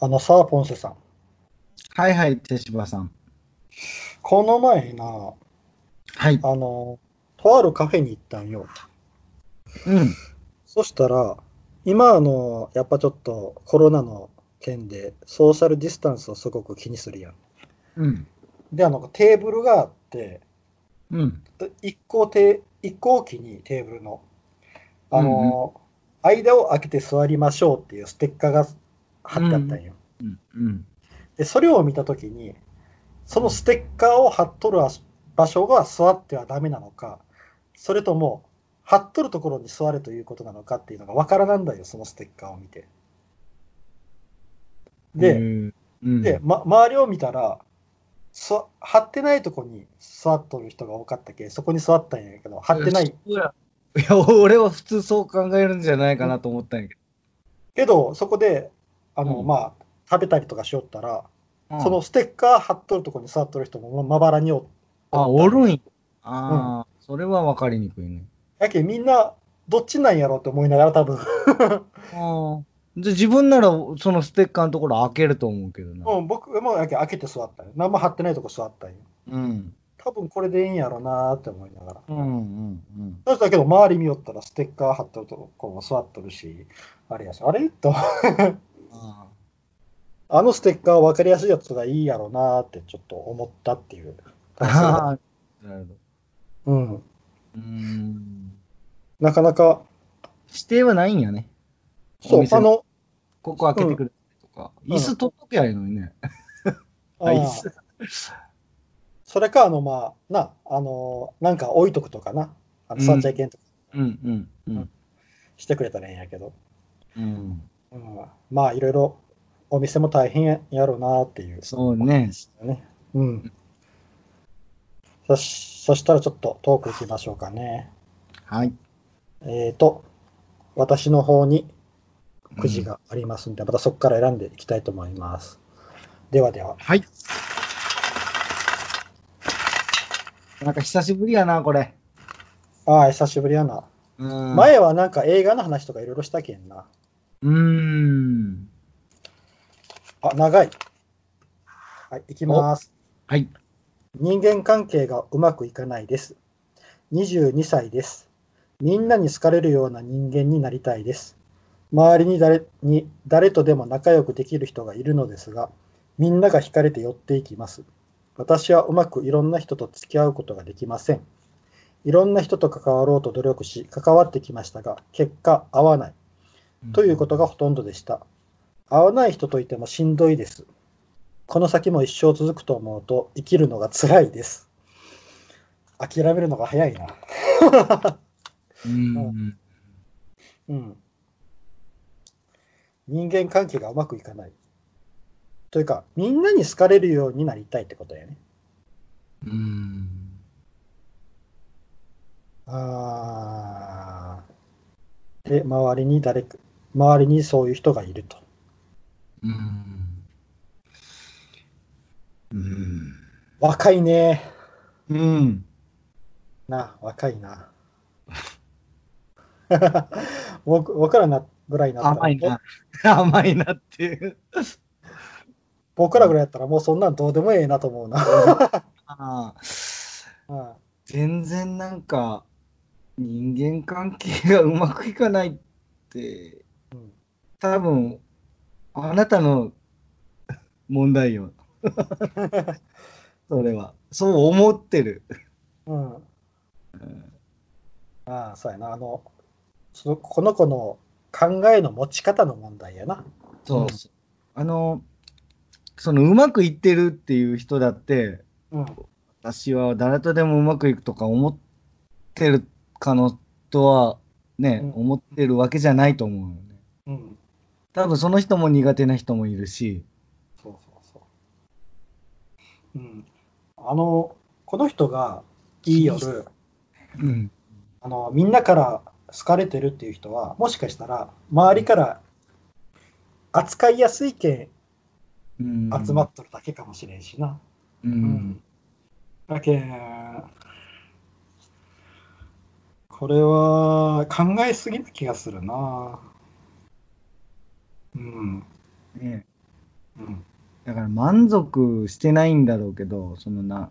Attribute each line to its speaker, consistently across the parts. Speaker 1: あのさあ、ポンセさん。
Speaker 2: はいはい、手芝さん。
Speaker 1: この前な、
Speaker 2: はい。
Speaker 1: あの、とあるカフェに行ったんよ。
Speaker 2: うん。
Speaker 1: そしたら、今あの、やっぱちょっとコロナの件で、ソーシャルディスタンスをすごく気にするやん。
Speaker 2: うん。
Speaker 1: で、あの、テーブルがあって、
Speaker 2: うん。
Speaker 1: 一個て一個置きにテーブルの、あの、間を空けて座りましょうっていうステッカーが貼ってあったんよ。
Speaker 2: うん。うん。
Speaker 1: で、それを見たときに、そのステッカーを貼っとる場所が座ってはダメなのか、それとも、貼っとるところに座れということなのかっていうのがわからなんだよ、そのステッカーを見て。
Speaker 2: う
Speaker 1: で、
Speaker 2: ん、うん
Speaker 1: で、ま、周りを見たら、そ貼ってないとこに座っとる人が多かったけ、そこに座ったんやけど、貼ってない。
Speaker 2: いや、俺は普通そう考えるんじゃないかなと思ったんやけ
Speaker 1: けど、そこで、あの、
Speaker 2: うん
Speaker 1: まあ、食べたりとかしよったら、
Speaker 2: ど。
Speaker 1: その、ステッカー貼っとるとこに座っとる人もまばらにおっ
Speaker 2: あ、おるんや。ああ、それは分かりにくいね。
Speaker 1: やけんみんなどっちなんやろうって思いながら多分
Speaker 2: ああ。じゃあ自分ならそのステッカーのところ開けると思うけどな。
Speaker 1: うん僕もやけん開けて座ったんよ何も貼ってないとこ座ったんよ
Speaker 2: うん。
Speaker 1: 多分これでいいんやろうなーって思いながら
Speaker 2: うん。うん。うん。
Speaker 1: そうしたらけど周り見よったらステッカー貼っとるとこも座っとるしあれやしあれと
Speaker 2: あ
Speaker 1: あのステッカー分かりやすいやつがいいやろうなーってちょっと思ったっていう感
Speaker 2: あ。なるほど。
Speaker 1: じ、うん、
Speaker 2: うん。
Speaker 1: なかなか
Speaker 2: 指定はないんやね。お
Speaker 1: そう
Speaker 2: 店
Speaker 1: あの
Speaker 2: ここ開けてくれとか。
Speaker 1: うん
Speaker 2: 椅子取っとけばいいのにね。
Speaker 1: あーそれかあのまあなあのーなんか置いとくとかなあの座っちゃいけんとか
Speaker 2: うんうんうん
Speaker 1: してくれたらええんやけど
Speaker 2: うん。
Speaker 1: うんまあいろいろお店も大変やろうなっていう
Speaker 2: そうね。
Speaker 1: ね。うん。そし、そしたらちょっとトークいきましょうかね。
Speaker 2: はい。
Speaker 1: えっ、と、私の方にくじがありますんで、またそこから選んでいきたいと思います。ではでは。
Speaker 2: はい。なんか久しぶりやな、これ。
Speaker 1: ああ、久しぶりやな。
Speaker 2: うん
Speaker 1: 前はなんか映画の話とかいろいろしたけんな。
Speaker 2: うーん。
Speaker 1: あ、長い。はい、いきます。
Speaker 2: はい。
Speaker 1: 人間関係がうまくいかないです。22歳です。みんなに好かれるような人間になりたいです。周りに誰に誰とでも仲良くできる人がいるのですが、みんなが惹かれて寄っていきます。私はうまくいろんな人と付き合うことができません。いろんな人と関わろうと努力し、関わってきましたが、結果合わない。ということがほとんどでした。会わない人といてもしんどいです。この先も一生続くと思うと生きるのが辛いです。諦めるのが早いな。
Speaker 2: うん。
Speaker 1: うん。人間関係がうまくいかない。というか、みんなに好かれるようになりたいってことだよね。
Speaker 2: うん。
Speaker 1: あーで、周りに誰か、周りにそういう人がいると。
Speaker 2: うん。うん。
Speaker 1: 若いね。
Speaker 2: うん。
Speaker 1: な、若いな。 僕僕らなぐらいになった
Speaker 2: 甘いな。 甘いなっていう。
Speaker 1: 僕らぐらいやったらもうそんなんどうでもええなと思うな。
Speaker 2: ああ。
Speaker 1: うん
Speaker 2: 全然なんか人間関係がうまくいかないって
Speaker 1: うん
Speaker 2: 多分あなたの問題 よそれはそう思ってる
Speaker 1: うん。ああ、そうやな。あの、そのこの子の考えの持ち方の問題やな。
Speaker 2: そう、あのそのうまくいってるっていう人だって
Speaker 1: うん。
Speaker 2: 私は誰とでもうまくいくとか思ってるかのとはね、
Speaker 1: うん
Speaker 2: 思ってるわけじゃないと思うよね
Speaker 1: うん。
Speaker 2: 多分その人も苦手な人もいるし
Speaker 1: そうそうそう。うん。あの、この人がいい夜、
Speaker 2: うん
Speaker 1: あの、みんなから好かれてるっていう人は、もしかしたら周りから扱いやすいけ
Speaker 2: うん
Speaker 1: ん集まっとるだけかもしれんしな。
Speaker 2: う
Speaker 1: うんん。だけんこれは考えすぎな気がするな。うん。
Speaker 2: ね
Speaker 1: うん。
Speaker 2: だから満足してないんだろうけど、そのな、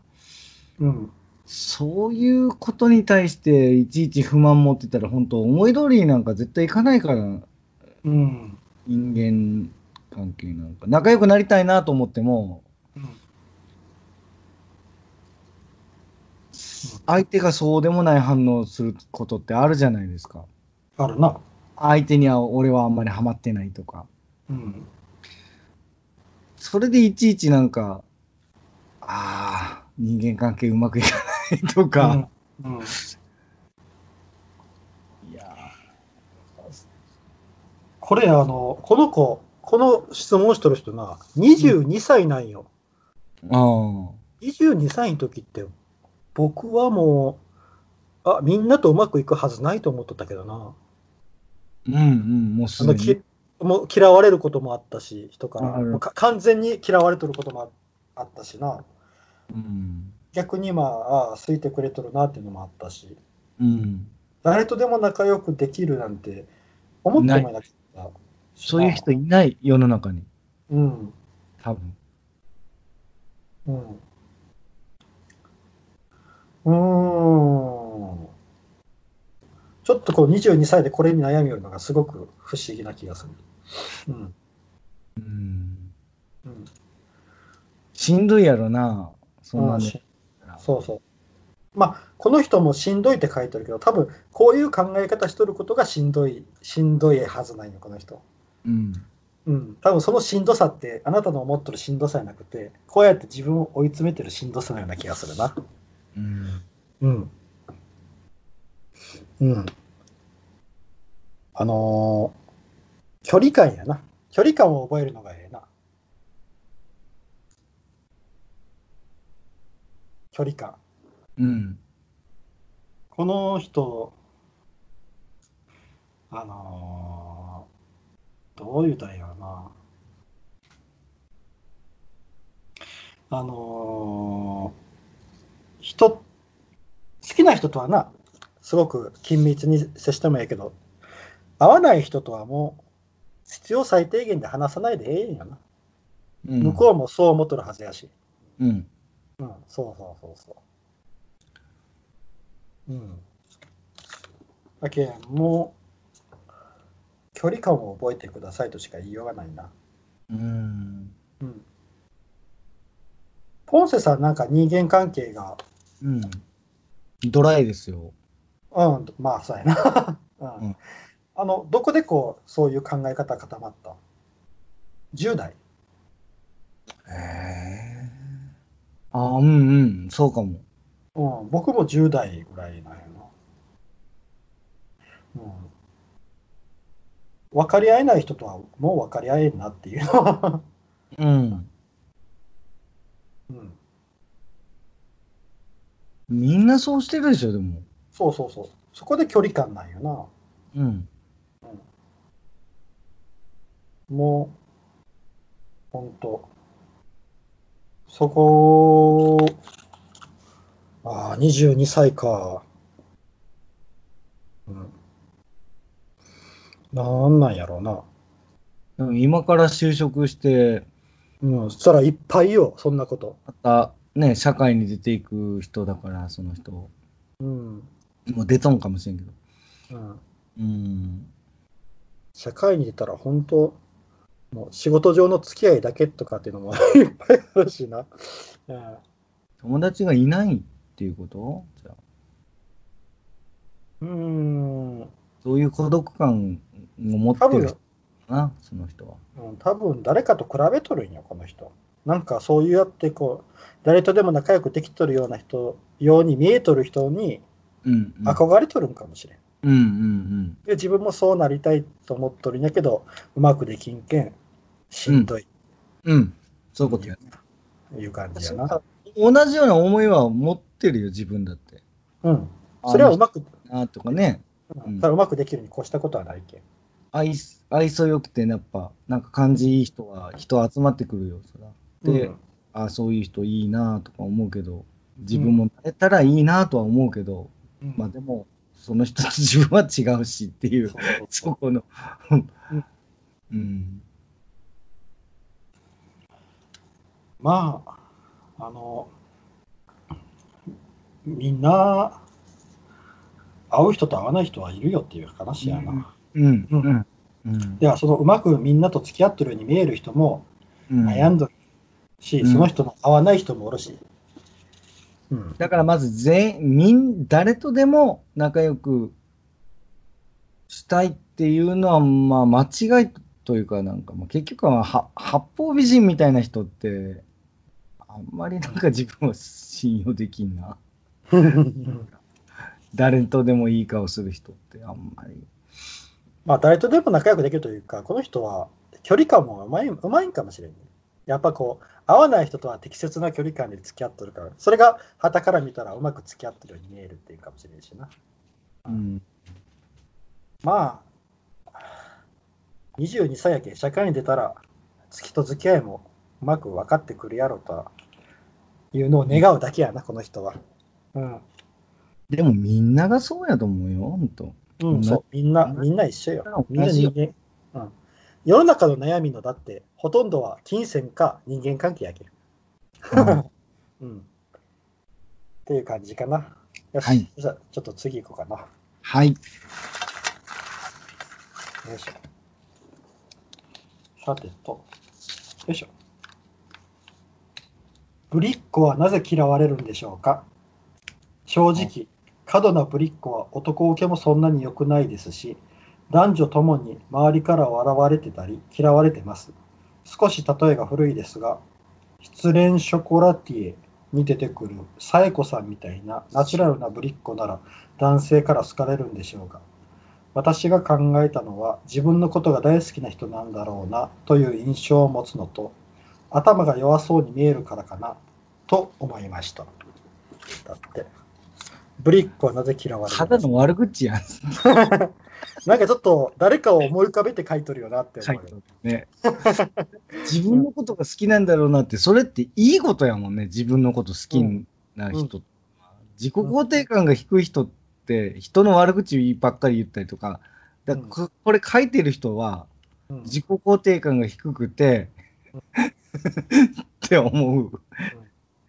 Speaker 1: うん。
Speaker 2: そういうことに対していちいち不満持ってたら、本当思い通りになんか絶対いかないから、
Speaker 1: うん。
Speaker 2: 人間関係なんか。仲良くなりたいなと思っても、
Speaker 1: うん
Speaker 2: 相手がそうでもない反応することってあるじゃないですか。
Speaker 1: あるな。
Speaker 2: 相手には俺はあんまりハマってないとか。
Speaker 1: うん。
Speaker 2: それでいちいちなんか、ああ、人間関係うまくいかないとか、
Speaker 1: うん。うん。
Speaker 2: いや
Speaker 1: これ、あの、この子、この質問をしてる人な、22歳なんよ。
Speaker 2: ーあ
Speaker 1: 22歳の時って、僕はもう、あ、みんなとうまくいくはずないと思ってたけどな。
Speaker 2: ー、うんうん、もうす
Speaker 1: あの
Speaker 2: で
Speaker 1: き
Speaker 2: に。
Speaker 1: もう嫌われることもあったし、人から。
Speaker 2: ある
Speaker 1: もうか完全に嫌われとることもああったしな。
Speaker 2: うん、
Speaker 1: 逆にまあ、あ好いてくれとるなっていうのもあったし、
Speaker 2: うん。
Speaker 1: 誰とでも仲良くできるなんて思ってもいなかった。
Speaker 2: そういう人いない、世の中に。
Speaker 1: うん。
Speaker 2: 多分。
Speaker 1: うん。うーん。ちょっとこう22歳でこれに悩みよるのがすごく不思議な気がする。うん。
Speaker 2: うん。
Speaker 1: うん。
Speaker 2: しんどいやろな、そんな
Speaker 1: まあ
Speaker 2: の。
Speaker 1: しそうそう。まあ、この人もしんどいって書いてるけど、多分こういう考え方しとることがしんどい、しんどいはずないよ、この人。
Speaker 2: うん。
Speaker 1: うん。多分そのしんどさって、あなたの思っとるしんどさじゃなくて、こうやって自分を追い詰めてるしんどさのような気がするな。
Speaker 2: うん。
Speaker 1: うん。うん。あのー距離感やな。距離感を覚えるのがええな。距離感。
Speaker 2: うん。
Speaker 1: この人、あのーどう言うたらいいやろな。あのー人、好きな人とはな、すごく緊密に接してもええけど、合わない人とはもう、必要最低限で話さないでええんやな。
Speaker 2: うん
Speaker 1: 向こうもそう思っとるはずやし。
Speaker 2: うん。
Speaker 1: うん、そうそうそうそう。うん。だけんもう、距離感を覚えてくださいとしか言いようがないな。
Speaker 2: うん。
Speaker 1: うん。ポンセさんなんか人間関係が、
Speaker 2: うん。ドライですよ。
Speaker 1: うん、まあそうやな。 うん。
Speaker 2: うん
Speaker 1: あの、どこでこう、そういう考え方固まった ?10 代。
Speaker 2: へえ。あ、うんうん、そうかも。
Speaker 1: うん、僕も10代ぐらいなんやな。うん。分かり合えない人とはもう分かり合えんなっていう。
Speaker 2: うん。
Speaker 1: うん。
Speaker 2: みんなそうしてるでしょ、でも。
Speaker 1: そうそうそう。そこで距離感なんよな。
Speaker 2: うん。
Speaker 1: もう、ほんと。そこ、ああ、22歳か。うん。なんなんやろうな。
Speaker 2: でも今から就職して、
Speaker 1: うん、そしたらいっぱいよ、そんなこと。
Speaker 2: またね、社会に出ていく人だから、その人。も
Speaker 1: うん。
Speaker 2: う出とんかもしれんけど。
Speaker 1: うん。
Speaker 2: うん。
Speaker 1: 社会に出たら本当もう仕事上の付き合いだけとかっていうのも いっぱいあるしな、うん
Speaker 2: 友達がいないっていうことじゃあ
Speaker 1: うーん、
Speaker 2: そういう孤独感を持ってる人かな、その人は。
Speaker 1: うん、多分誰かと比べとるんよこの人なんかそういうやってこう誰とでも仲良くできとるような人ように見えとる人に
Speaker 2: うん、うん。
Speaker 1: 憧れとるんかもしれん、
Speaker 2: うんうん
Speaker 1: で自分もそうなりたいと思っとるんやけどうまくできんけんしんどい
Speaker 2: うん。うん。そういうことや。
Speaker 1: いう感じやな、
Speaker 2: 同じような思いは持ってるよ、自分だって。
Speaker 1: うん、それはうまく、
Speaker 2: あの人なとかね、
Speaker 1: うん
Speaker 2: うん
Speaker 1: それはうまくできるに越したことはないけん
Speaker 2: 愛す愛想よくて、やっぱ、なんか感じいい人は、人集まってくるよ、そら。で、
Speaker 1: うん
Speaker 2: あそういう人いいなとか思うけど、自分もなれたらいいなとは思うけど、
Speaker 1: うん
Speaker 2: まあでも、その人と自分は違うしっていう
Speaker 1: そ、うそうそう
Speaker 2: そこの。うん。
Speaker 1: まあ、あの、みんな、会う人と会わない人はいるよっていう話やな。
Speaker 2: うん。
Speaker 1: う
Speaker 2: うんん。うん。
Speaker 1: では、そのうまくみんなと付き合ってるように見える人も
Speaker 2: うん
Speaker 1: 悩んどるし、
Speaker 2: うん
Speaker 1: その人も会わない人もおるし。うん。
Speaker 2: だからまず全員、みん、誰とでも仲良くしたいっていうのは、まあ間違いというか、なんか、まあ、結局はは八方美人みたいな人って、あんまりなんか自分を信用できんな。誰とでもいい顔する人ってあんまり。
Speaker 1: まあ、誰とでも仲良くできるというか、この人は距離感もうまい、うまいんかもしれん、ね。やっぱこう、合わない人とは適切な距離感で付き合ってるから、それが旗から見たらうまく付き合ってるように見えるっていうかもしれんしな。
Speaker 2: うん。
Speaker 1: まあ、22歳やけ、社会に出たら、月と付き合いもうまく分かってくるやろとはいうのを願うだけやな、この人は。うん。
Speaker 2: でもみんながそうやと思うよ、ほん と。
Speaker 1: うん、そう、みんな、みんな一緒よ。みんな人間。うん。世の中の悩みのだって、ほとんどは金銭か人間関係やけん。うん。っていう感じかな。よし、
Speaker 2: はい
Speaker 1: じゃあちょっと次行こうか
Speaker 2: はい。
Speaker 1: な。よいしょ。さてと。よいしょ。ぶりっ子はなぜ嫌われるんでしょうか正直、過度なぶりっ子は男受けもそんなに良くないですし、男女ともに周りから笑われてたり嫌われてます。少し例えが古いですが、失恋ショコラティエに出てくるサエコさんみたいなナチュラルなぶりっ子なら男性から好かれるんでしょうか私が考えたのは自分のことが大好きな人なんだろうなという印象を持つのと頭が弱そうに見えるからかなと思いました。だって。ぶりっ子はなぜ嫌われる
Speaker 2: ただの悪口やん。
Speaker 1: なんかちょっと誰かを思い浮かべて書いとるよなって思うよ。
Speaker 2: ね、自分のことが好きなんだろうなって、それっていいことやもんね、自分のこと好きな人、自己肯定感が低い人って、人の悪口ばっかり言ったりとか、だ
Speaker 1: うん
Speaker 2: ここれ書いてる人は、
Speaker 1: うん
Speaker 2: 自己肯定感が低くて、 って思う。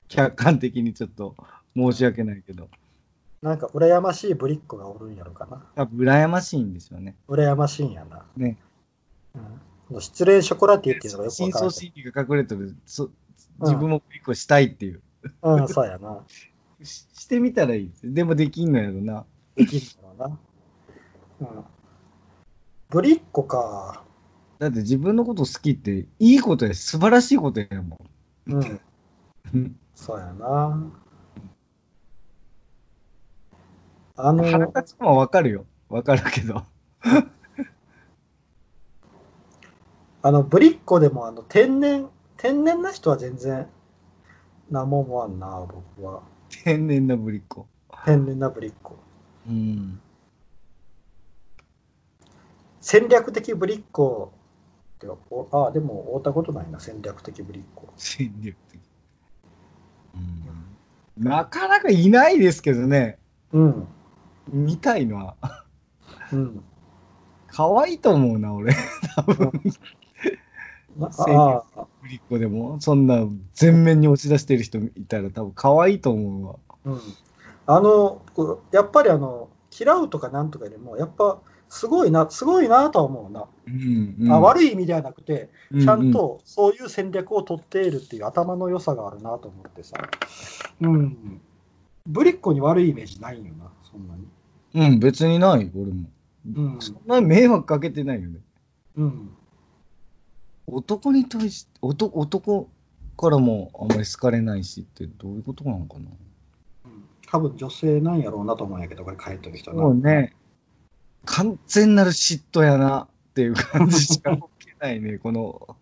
Speaker 2: 客観的にちょっと申し訳ないけど、
Speaker 1: なんか羨ましいぶりっ子がおるんやろかな。
Speaker 2: やっぱ羨ましいんですよね。
Speaker 1: 羨ましいんやな。
Speaker 2: ね
Speaker 1: うんこの失恋ショコラティエっていうのがよくわ
Speaker 2: 深
Speaker 1: から
Speaker 2: 層
Speaker 1: ない。
Speaker 2: 心理が隠れてる、そ自分も結構したいっていう。
Speaker 1: うん、そうやな。
Speaker 2: ししてみたらいいですでもできんのやろな。
Speaker 1: できるんだろうな。うん。ぶりっ子か。
Speaker 2: だって自分のこと好きっていいことやし素晴らしいことやも
Speaker 1: うん。
Speaker 2: ん。
Speaker 1: そうやな。あの、
Speaker 2: 腹立つのはわかるよ。わかるけど。
Speaker 1: あのぶりっ子でもあの天然、天然な人は全然何も思わんな、僕は。
Speaker 2: 天然なぶりっ子。
Speaker 1: 天然なぶりっ子。
Speaker 2: うん。
Speaker 1: 戦略的ぶりっ子っておああでも会ったことないな戦略的ぶりっ子
Speaker 2: 戦略的。うん。なかなかいないですけどね。
Speaker 1: うん
Speaker 2: 見たいのは。
Speaker 1: うん
Speaker 2: 可愛いと思うな、俺。
Speaker 1: な
Speaker 2: 戦略
Speaker 1: ああ
Speaker 2: ぶりっ子でも。そんな全面に押し出してる人いたら多分可愛いと思う
Speaker 1: う
Speaker 2: わ。
Speaker 1: んあのこうやっぱりあの嫌うとかなんとかよりもやっぱすごいなすごいなとは思うな、
Speaker 2: うん、
Speaker 1: あ悪い意味ではなくて
Speaker 2: い
Speaker 1: ちゃん。とそういう戦略を取っているっていう頭の良さがあるなと思ってさうんぶりっ子に悪いイメージないよなそんなに
Speaker 2: うん、うん別にない、俺も。
Speaker 1: うん
Speaker 2: そんなに迷惑かけてないよね。
Speaker 1: うん
Speaker 2: 男に対して、男、男からもあんまり好かれないしってどういうことなのかな
Speaker 1: うん多分女性なんやろうなと思うんやけどこれ書いてる人な
Speaker 2: そうね。完全なる嫉妬やなっていう感じしか受けな いね、この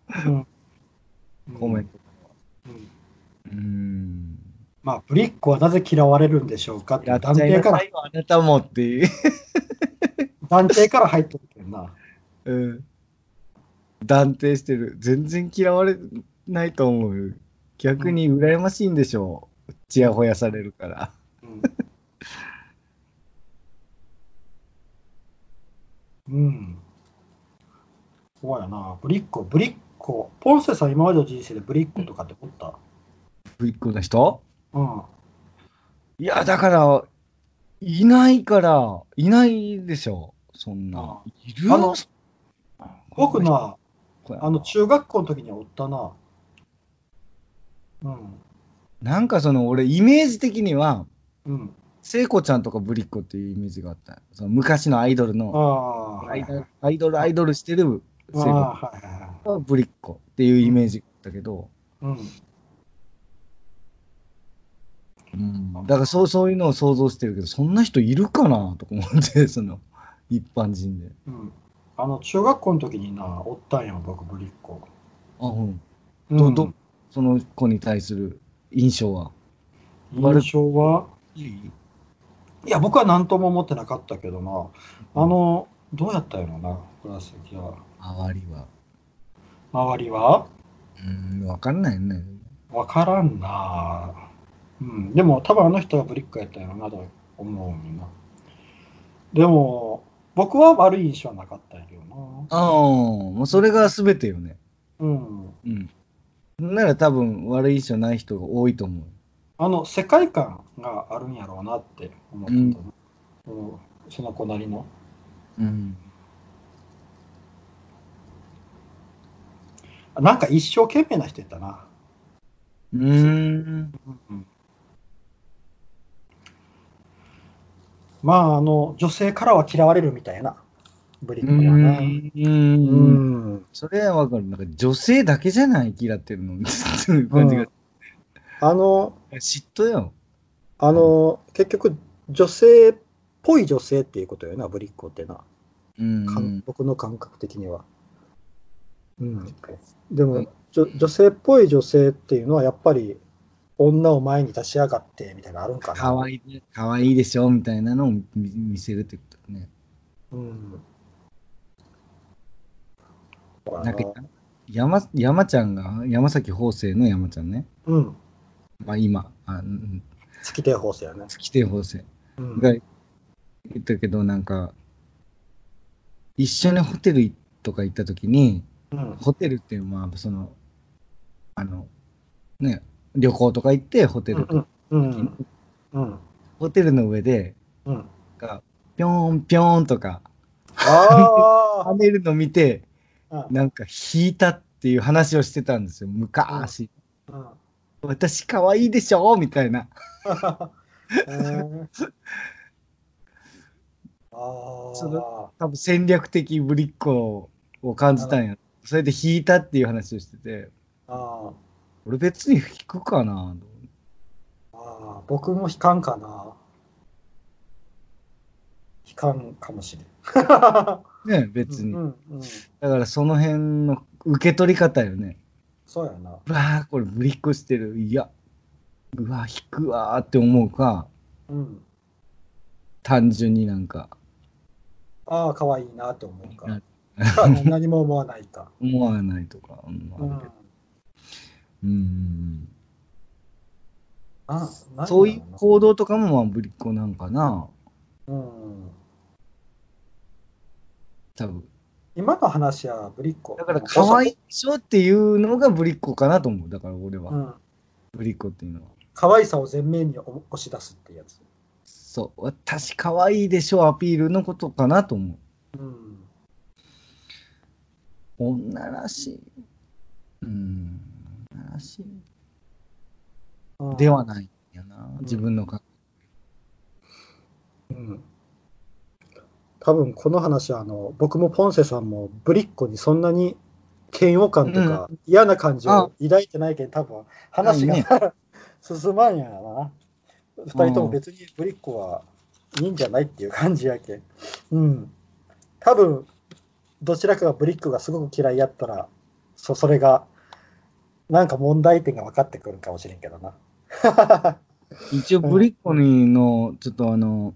Speaker 2: コメント。
Speaker 1: うんうん
Speaker 2: うん。
Speaker 1: まあ、ブリックはなぜ嫌われるんでしょうかって
Speaker 2: や
Speaker 1: いう
Speaker 2: っ
Speaker 1: 断
Speaker 2: ちゃい
Speaker 1: 定
Speaker 2: な
Speaker 1: か
Speaker 2: さ
Speaker 1: ら
Speaker 2: い、よ、あなたもっていう。
Speaker 1: 断定から入ってるけどな。
Speaker 2: うん。断定してる。全然嫌われないと思う。逆に羨ましいんでしょう。ちやほやされるから。
Speaker 1: うん。うん、そうやな。ブリック、ブリッ子。ポンセさん、今までの人生でぶりっ子とかって思った
Speaker 2: ぶりっ子の人
Speaker 1: うん。
Speaker 2: いや、だから、いないから、いないでしょ。そんな
Speaker 1: あ。
Speaker 2: いる
Speaker 1: あの僕、な、
Speaker 2: これ
Speaker 1: あの、中学校の時におったな。うん。
Speaker 2: なんかその、俺、イメージ的には、
Speaker 1: うん。
Speaker 2: 聖子ちゃんとかぶりっ子っていうイメージがあった。その昔のアイドル
Speaker 1: あ
Speaker 2: の、
Speaker 1: あ、
Speaker 2: ア
Speaker 1: はい
Speaker 2: イ
Speaker 1: はい。
Speaker 2: ドアイドル、アイドルしてる聖
Speaker 1: ああ
Speaker 2: 子ちゃん
Speaker 1: はいはいはい。
Speaker 2: はぶりっ子っていうイメージだけど、
Speaker 1: うん。
Speaker 2: うんだからそうそういうのを想像してるけど、そんな人いるかなとか思って、 その、一般人で。
Speaker 1: うん。あの、中学校の時にな、おったんよ、僕、ぶりっ子。
Speaker 2: あ、うん。
Speaker 1: う
Speaker 2: ど
Speaker 1: ん、
Speaker 2: どその子に対する印象は。
Speaker 1: 印象はい
Speaker 2: い
Speaker 1: いや、僕は何とも思ってなかったけどな。あ、の、どうやったんやろな、倉崎は。
Speaker 2: 周りは。
Speaker 1: 周りは
Speaker 2: うん、わかんないよね。
Speaker 1: わからんな。うん、でも多分あの人がブリックやったんやろなと思うよな。でも、僕は悪い印象はなかったんやけどな。
Speaker 2: ああ、もうそれが全てよね。
Speaker 1: うん。
Speaker 2: うん。なら多分悪い印象ない人が多いと思う。
Speaker 1: あの、世界観があるんやろうなって思ったんだな。うんその子なりの。
Speaker 2: うん。
Speaker 1: なんか一生懸命な人やったな。
Speaker 2: うーん。
Speaker 1: うんまあ、あの、女性からは嫌われるみたいな、ブリッ
Speaker 2: う
Speaker 1: クはな。
Speaker 2: ん。
Speaker 1: ん。
Speaker 2: それはわかる。なんか女性だけじゃない嫌ってるのっていう感じが。
Speaker 1: あの、
Speaker 2: 嫉妬よ。
Speaker 1: あの、結局、女性っぽい女性っていうことよな、ブリッコってな。
Speaker 2: うん
Speaker 1: かん僕の感覚的には。うん。でも、じょ女性っぽい女性っていうのは、やっぱり、女を前に出しやがって、みたいなのあるんかな。
Speaker 2: かわいい、かわいいでしょみたいなのを見見せるってことだね。
Speaker 1: うん。
Speaker 2: なんか、山、山ちゃんが、山崎邦生の山ちゃんね。
Speaker 1: うん。
Speaker 2: まあ今、あうん
Speaker 1: 月亭法制やね。
Speaker 2: 月亭邦生
Speaker 1: うん
Speaker 2: が言ったけど、なんか、一緒にホテルとか行った時に、
Speaker 1: うん
Speaker 2: ホテルっていうのは、その、あの、ね、旅行とか行ってホテルとか、
Speaker 1: うんうん
Speaker 2: ホテルの上で、
Speaker 1: うん
Speaker 2: がぴょんぴょんとか、跳
Speaker 1: あ
Speaker 2: ねるの見て、
Speaker 1: あ、
Speaker 2: なんか引いたっていう話をしてたんですよ、昔。
Speaker 1: うん
Speaker 2: 私可愛いでしょみたいな。
Speaker 1: うんあ
Speaker 2: そ
Speaker 1: ー
Speaker 2: の多分戦略的ぶりっ子を感じたんや。それで引いたっていう話をしてて、
Speaker 1: あー
Speaker 2: 俺別に引くかなと
Speaker 1: あー僕も悲観かな悲観かもしれん
Speaker 2: ね、別に。
Speaker 1: うんうん
Speaker 2: だからその辺の受け取り方よね。
Speaker 1: そうやな
Speaker 2: うわあ、これぶりっ子してる。いや、うわー、引くわーって思うか、
Speaker 1: うん
Speaker 2: 単純になんか、
Speaker 1: ああ可愛いなと思うか
Speaker 2: な
Speaker 1: 何も思わないか
Speaker 2: 思わないとか。 うん
Speaker 1: うん
Speaker 2: うんうん
Speaker 1: あ
Speaker 2: う
Speaker 1: なんん
Speaker 2: そういう行動とかもまあぶりっ子なんかな。
Speaker 1: うん
Speaker 2: 多分。
Speaker 1: 今の話はぶりっ子
Speaker 2: だから可愛いでしょっていうのがぶりっ子かなと思う。だから俺
Speaker 1: う
Speaker 2: は。
Speaker 1: ん
Speaker 2: ぶりっ子っていうのは。
Speaker 1: 可愛さを前面に押し出すってやつ。
Speaker 2: そう。私可愛いでしょアピールのことかなと思う。
Speaker 1: うん。
Speaker 2: 女らしい。うん。女らしい。ではないんやな。自分の感
Speaker 1: うん。多分この話はあの僕もポンセさんもブリッコにそんなに嫌悪感とか、嫌な感情を抱いてないけど多分話が、
Speaker 2: ない
Speaker 1: 進まんやな。二人とも別にブリッコはいいんじゃないっていう感じやけん。うん。多分どちらかがブリッコがすごく嫌いやったらそそれがなんか問題点が分かってくるかもしれんけどな。
Speaker 2: 一応ぶりっ子にの、ちょっとあの、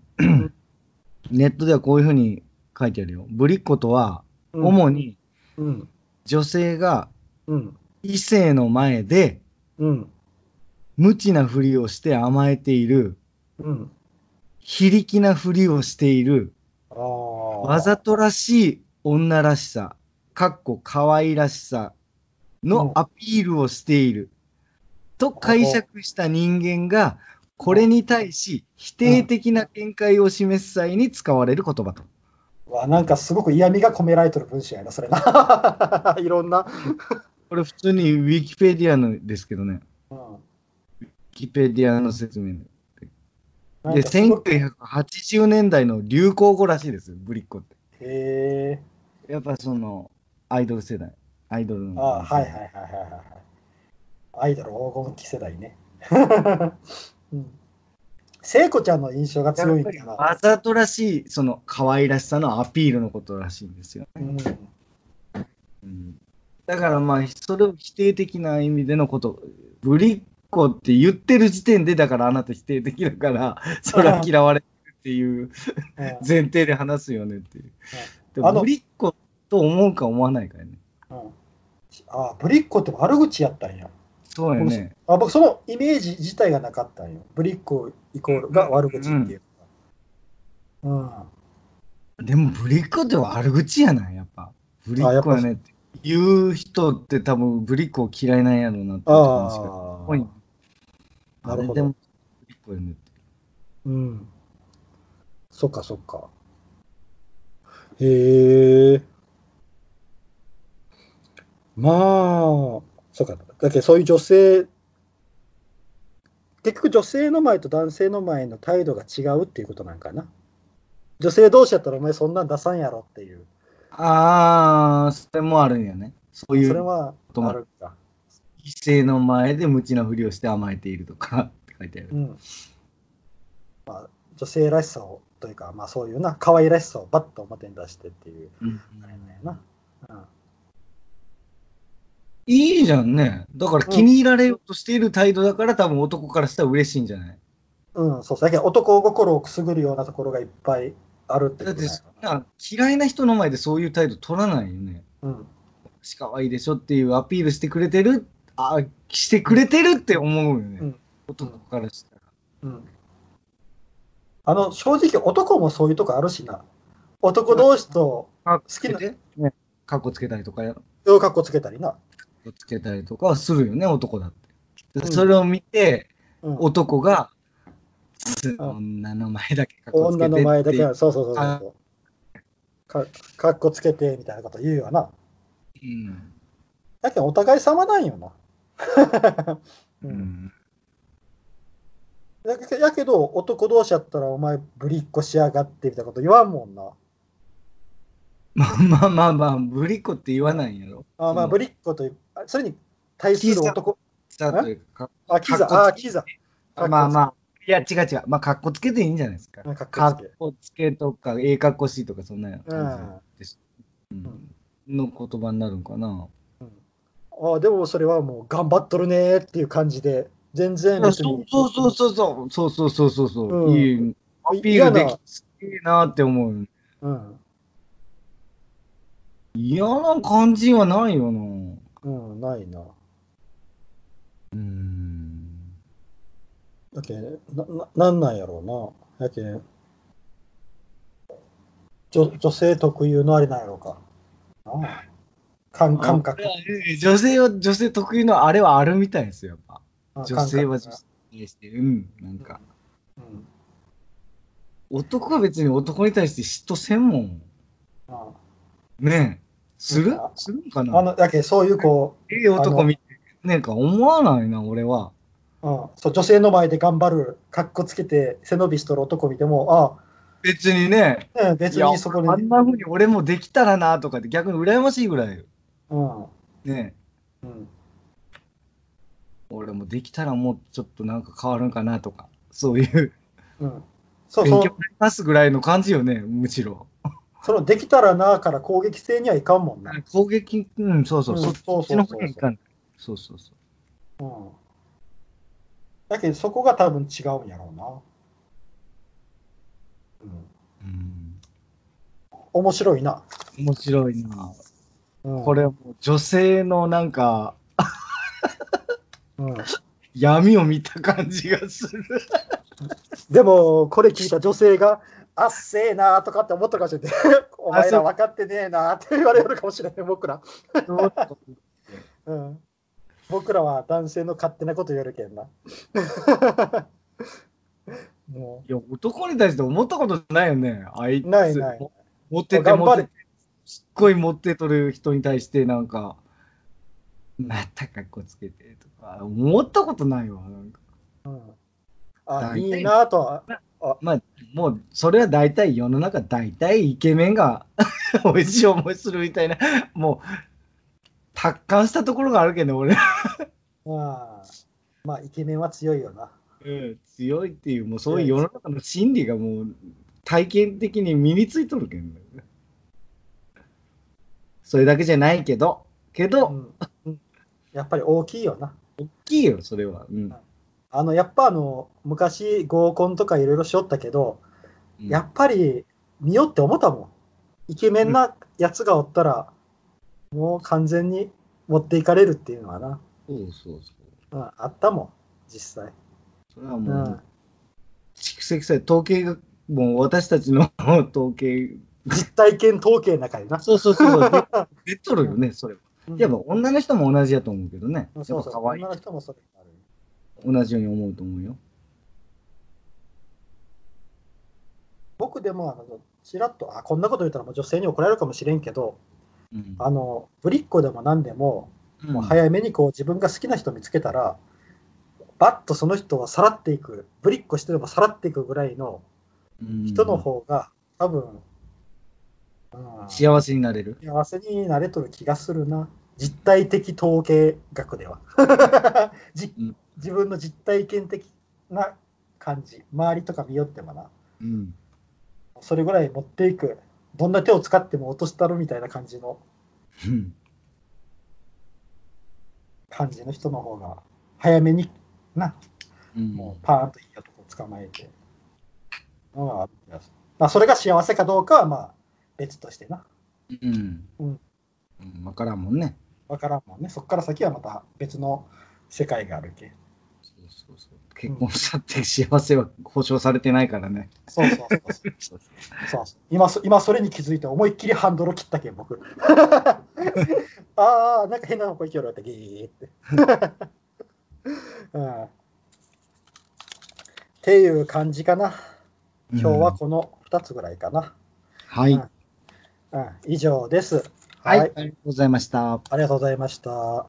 Speaker 2: ネットではこういうふうに書いてあるよ。ぶりっ子とは、主に
Speaker 1: うん。
Speaker 2: 女性が
Speaker 1: うん。
Speaker 2: 異性の前で
Speaker 1: うん。
Speaker 2: 無知なふりをして甘えている、
Speaker 1: うん。
Speaker 2: 非力なふりをしている、
Speaker 1: ああ。
Speaker 2: わざとらしい女らしさ、かっこ可愛らしさのアピールをしている。と解釈した人間が、これに対し否定的な見解を示す際に使われる言葉と。
Speaker 1: わなんかすごく嫌味が込められてる文章やな、それな。 いろんな。
Speaker 2: これ普通にウィキペディアのですけどね。
Speaker 1: うん
Speaker 2: ウィキペディアの説明で。
Speaker 1: なん
Speaker 2: で、
Speaker 1: かすごく
Speaker 2: 1980年代の流行語らしいですよ、ブリッコって。
Speaker 1: へえ。
Speaker 2: やっぱその、アイドル世代。アイドルの。
Speaker 1: あはいはいはいはいはいはい。アイドル黄金期世代ね。 うん。聖子ちゃんの印象が強いんだな。
Speaker 2: わざとらしい、その可愛らしさのアピールのことらしいんですよ。
Speaker 1: うん、
Speaker 2: うんだからまあ、それを否定的な意味でのこと、ぶりっ子って言ってる時点で、だからあなた否定的だから、そら嫌われてるっていう
Speaker 1: う
Speaker 2: 前提で話すよねっていう。で
Speaker 1: あの
Speaker 2: ぶりっ子と思うか思わないかやね。
Speaker 1: んうんあぶりっ子って悪口やったんや。
Speaker 2: そうやね。
Speaker 1: あ僕、そのイメージ自体がなかったんよ。ぶりっ子イコールが悪口っていうのが。うん
Speaker 2: でも、ぶりっ子って悪口やな、やっぱ。ぶりっ子やねって。言う人って多分、ぶりっ子を嫌いなんやろうなって思うんですけど。
Speaker 1: あ
Speaker 2: こに
Speaker 1: あなるほど
Speaker 2: あれでも、ぶりっ子やねって。
Speaker 1: あ、うん。そっかそっか。へえ。まあ、そうか。だけどそういう女性、結局女性の前と男性の前の態度が違うっていうことなんかな。女性同士やったらお前そんなん出さんやろっていう。
Speaker 2: ああ、それもあるんやね。そうい
Speaker 1: そうれはあるか。
Speaker 2: 異性の前で無知なふりをして甘えているとかって書いてある
Speaker 1: う。ん。まあ、女性らしさを、というか、まあそういうな、可愛らしさをバッと表に出してっていう。
Speaker 2: うん
Speaker 1: あれだよな。
Speaker 2: いいじゃんね。だから気に入られようとしている態度だから多分男からしたら嬉しいんじゃない
Speaker 1: うん、そうそう。だけど男心をくすぐるようなところがいっぱいあるってこ
Speaker 2: だっ
Speaker 1: とだ
Speaker 2: て
Speaker 1: よ
Speaker 2: そんな嫌いな人の前でそういう態度取らないよね。
Speaker 1: うん。
Speaker 2: しかわいいでしょっていうアピールしてくれてる、あしてくれてるって思うよね。
Speaker 1: うん
Speaker 2: 男からしたら。
Speaker 1: うん。あの、正直男もそういうとこあるしな。男同士と、
Speaker 2: 好
Speaker 1: きな
Speaker 2: ね。かっこつけたりとかや、か
Speaker 1: ようかっこつけたりな。
Speaker 2: っこつけたりとかはするよね、男だって。で
Speaker 1: うん
Speaker 2: それを見て、
Speaker 1: うん、
Speaker 2: 男が、つ
Speaker 1: うん
Speaker 2: 女の前だけかっこつけて
Speaker 1: 女の前だけ
Speaker 2: って
Speaker 1: は、そうそうそうそう。かかっこつけてみたいなこと言うよな。
Speaker 2: うん
Speaker 1: だけどお互い様なんよな。う
Speaker 2: うんん
Speaker 1: やけやけど、男同士やったら、お前、ぶりっこしやがってみたいなこと言わんもんな。
Speaker 2: まあまあまあまあ、ぶりっ子って言わないんやろ。
Speaker 1: あまあ、
Speaker 2: うん
Speaker 1: ぶりっこという、あそれに対する男、
Speaker 2: さあというか、
Speaker 1: あ、キザ、
Speaker 2: かっこつけ
Speaker 1: あ、キザ。
Speaker 2: かまあまあ、いや違う違う、まあ、かっこつけていいんじゃないですか。
Speaker 1: あ、かっ
Speaker 2: か
Speaker 1: こ
Speaker 2: っ
Speaker 1: つけ。
Speaker 2: こつけとか、ええかっこしいとか、そんな
Speaker 1: うん
Speaker 2: 感じです。うんの言葉になるんかな。
Speaker 1: あでもそれはもう頑張っとるねーっていう感じで、全然
Speaker 2: そう
Speaker 1: 別
Speaker 2: そう
Speaker 1: に。
Speaker 2: そうそうそう、そうそうそうそうそうう、
Speaker 1: ん
Speaker 2: いい、アピールできて、すげえなって思う。
Speaker 1: うん。
Speaker 2: 嫌な感じはないよな。
Speaker 1: うん、ないな。
Speaker 2: うん
Speaker 1: だけな、ななんなんやろうな。だけ女女性特有のあれなんやろうか。ああ感感覚。
Speaker 2: あ女性は女性特有のあれはあるみたいですよ、やっぱ。
Speaker 1: あ
Speaker 2: 女性
Speaker 1: 感
Speaker 2: は女
Speaker 1: 覚
Speaker 2: 性にして、うん、なんか。
Speaker 1: うん
Speaker 2: 男は別に男に対して嫉妬せんもん。
Speaker 1: あ
Speaker 2: ねえ。する
Speaker 1: あ
Speaker 2: するん
Speaker 1: あ
Speaker 2: か
Speaker 1: あ
Speaker 2: な
Speaker 1: の、だけそういうこ
Speaker 2: ええ男見て、なんか思わないな、俺は。
Speaker 1: う、うん、そう女性の前で頑張る、かっこつけて背伸びしとる男見ても、
Speaker 2: 別にね、
Speaker 1: ああ、うん別
Speaker 2: いや
Speaker 1: にそこに。
Speaker 2: あんな風に俺もできたらなとかって逆に羨ましいぐらいよ。
Speaker 1: うん。
Speaker 2: ね
Speaker 1: う
Speaker 2: え。
Speaker 1: ん。
Speaker 2: 俺もできたらもうちょっとなんか変わるんかなとか、そういう、
Speaker 1: うん。そう
Speaker 2: 勉
Speaker 1: そ
Speaker 2: 強
Speaker 1: う
Speaker 2: にな。りますぐらいの感じよね、むしろ。
Speaker 1: そのできたらなから攻撃性にはいかんもんな。
Speaker 2: 攻撃、うん、そうそう、
Speaker 1: うん
Speaker 2: そっ
Speaker 1: そう
Speaker 2: ち
Speaker 1: そ
Speaker 2: の
Speaker 1: う
Speaker 2: 方
Speaker 1: そう
Speaker 2: にいかん。そうそうそう。
Speaker 1: うん。だけどそこが多分違うんやろうな。うん。
Speaker 2: うん
Speaker 1: 面白いな。
Speaker 2: 面白いな。
Speaker 1: うん、
Speaker 2: これはもう女性のなんか
Speaker 1: うん。
Speaker 2: 闇を見た感じがする。
Speaker 1: でも、これ聞いた女性が、あっせえなとかって思ったか もしれない。お前ら分かってねえなって言われるかもしれない、僕ら。
Speaker 2: どう
Speaker 1: うん。僕らは男性の勝手なこと言えるけんな。 も
Speaker 2: いや、男に対して思ったことないよね。あいつ。
Speaker 1: ないない
Speaker 2: も持ってて、
Speaker 1: 頑
Speaker 2: 持
Speaker 1: 張
Speaker 2: っ
Speaker 1: れ
Speaker 2: てて、すっごい持ってとる人に対して、なんか、またかっこつけてとか、思ったことないわ。なんか
Speaker 1: う、うん、あ、
Speaker 2: 大体
Speaker 1: いいなとは。
Speaker 2: まあ、もう、それは大体、世の中大体イケメンが 美味しい思いするみたいな、もう、達観したところがあるけどね、俺。
Speaker 1: まあ、まあ、イケメンは強いよな。
Speaker 2: うん、強いっていう、もうそういう世の中の心理がもう、体験的に身についとるけんね。それだけじゃないけど、けど、
Speaker 1: うん、やっぱり大きいよな。
Speaker 2: 大きいよ、それは。うん。
Speaker 1: あのやっぱあの昔合コンとかいろいろしよったけど、やっぱり見よって思ったもん。イケメンなやつがおったら、もう完全に持っていかれるっていうのはな、
Speaker 2: そうそうそう。
Speaker 1: うん、あったもん、実際。
Speaker 2: それは
Speaker 1: う
Speaker 2: も
Speaker 1: ん
Speaker 2: う、、蓄積され、統計が、もう私たちの 統計、
Speaker 1: 実体験統計の中でな。
Speaker 2: そうそうそう、出 出とるよね、それは。
Speaker 1: うん
Speaker 2: やっぱ女の人も同じやと思うけどね。やっ
Speaker 1: そ
Speaker 2: ぱ
Speaker 1: うそう、
Speaker 2: 可愛い
Speaker 1: 女。の人もそれある。
Speaker 2: 同じように思うと思うよ。
Speaker 1: 僕でもあの、ちらっと、あ、こんなこと言ったらもう女性に怒られるかもしれんけど、
Speaker 2: うん。
Speaker 1: あの、ぶりっ子でも何でも、もう早めにこう自分が好きな人見つけたら、バッとその人をさらっていく、ぶりっ子してでもさらっていくぐらいの
Speaker 2: うん
Speaker 1: 人の方が、多分、うん
Speaker 2: 幸せになれる。
Speaker 1: 幸せになれとる気がするな。実体的統計学では。 じ
Speaker 2: うん
Speaker 1: 自分の実体験的な感じ、周りとか見よってもな、
Speaker 2: うん。
Speaker 1: それぐらい持っていく、どんな手を使っても落としたるみたいな感じの
Speaker 2: うん
Speaker 1: 感じの人の方が、早めにな、もうパーンといい男を捕まえて、のがある気がするまあ、それが幸せかどうかはまあ別としてな、
Speaker 2: うん。
Speaker 1: う
Speaker 2: うんん。わからんもんね。
Speaker 1: わからんもんね、そこから先はまた別の世界があるけ。
Speaker 2: そうそうそう。結婚したって幸せは保証されてないからね。
Speaker 1: そうそうそうそう。
Speaker 2: そうそう
Speaker 1: そう そう今そ今それに気づいて思いっきりハンドル切ったけん僕 ああなんか変なの声聞こえるってギーって うんっていう感じかな今日はこの2つぐらいかな、
Speaker 2: はい。
Speaker 1: うん以上です
Speaker 2: はい。あ
Speaker 1: は
Speaker 2: り
Speaker 1: い
Speaker 2: がとうございました。
Speaker 1: ありがとうございました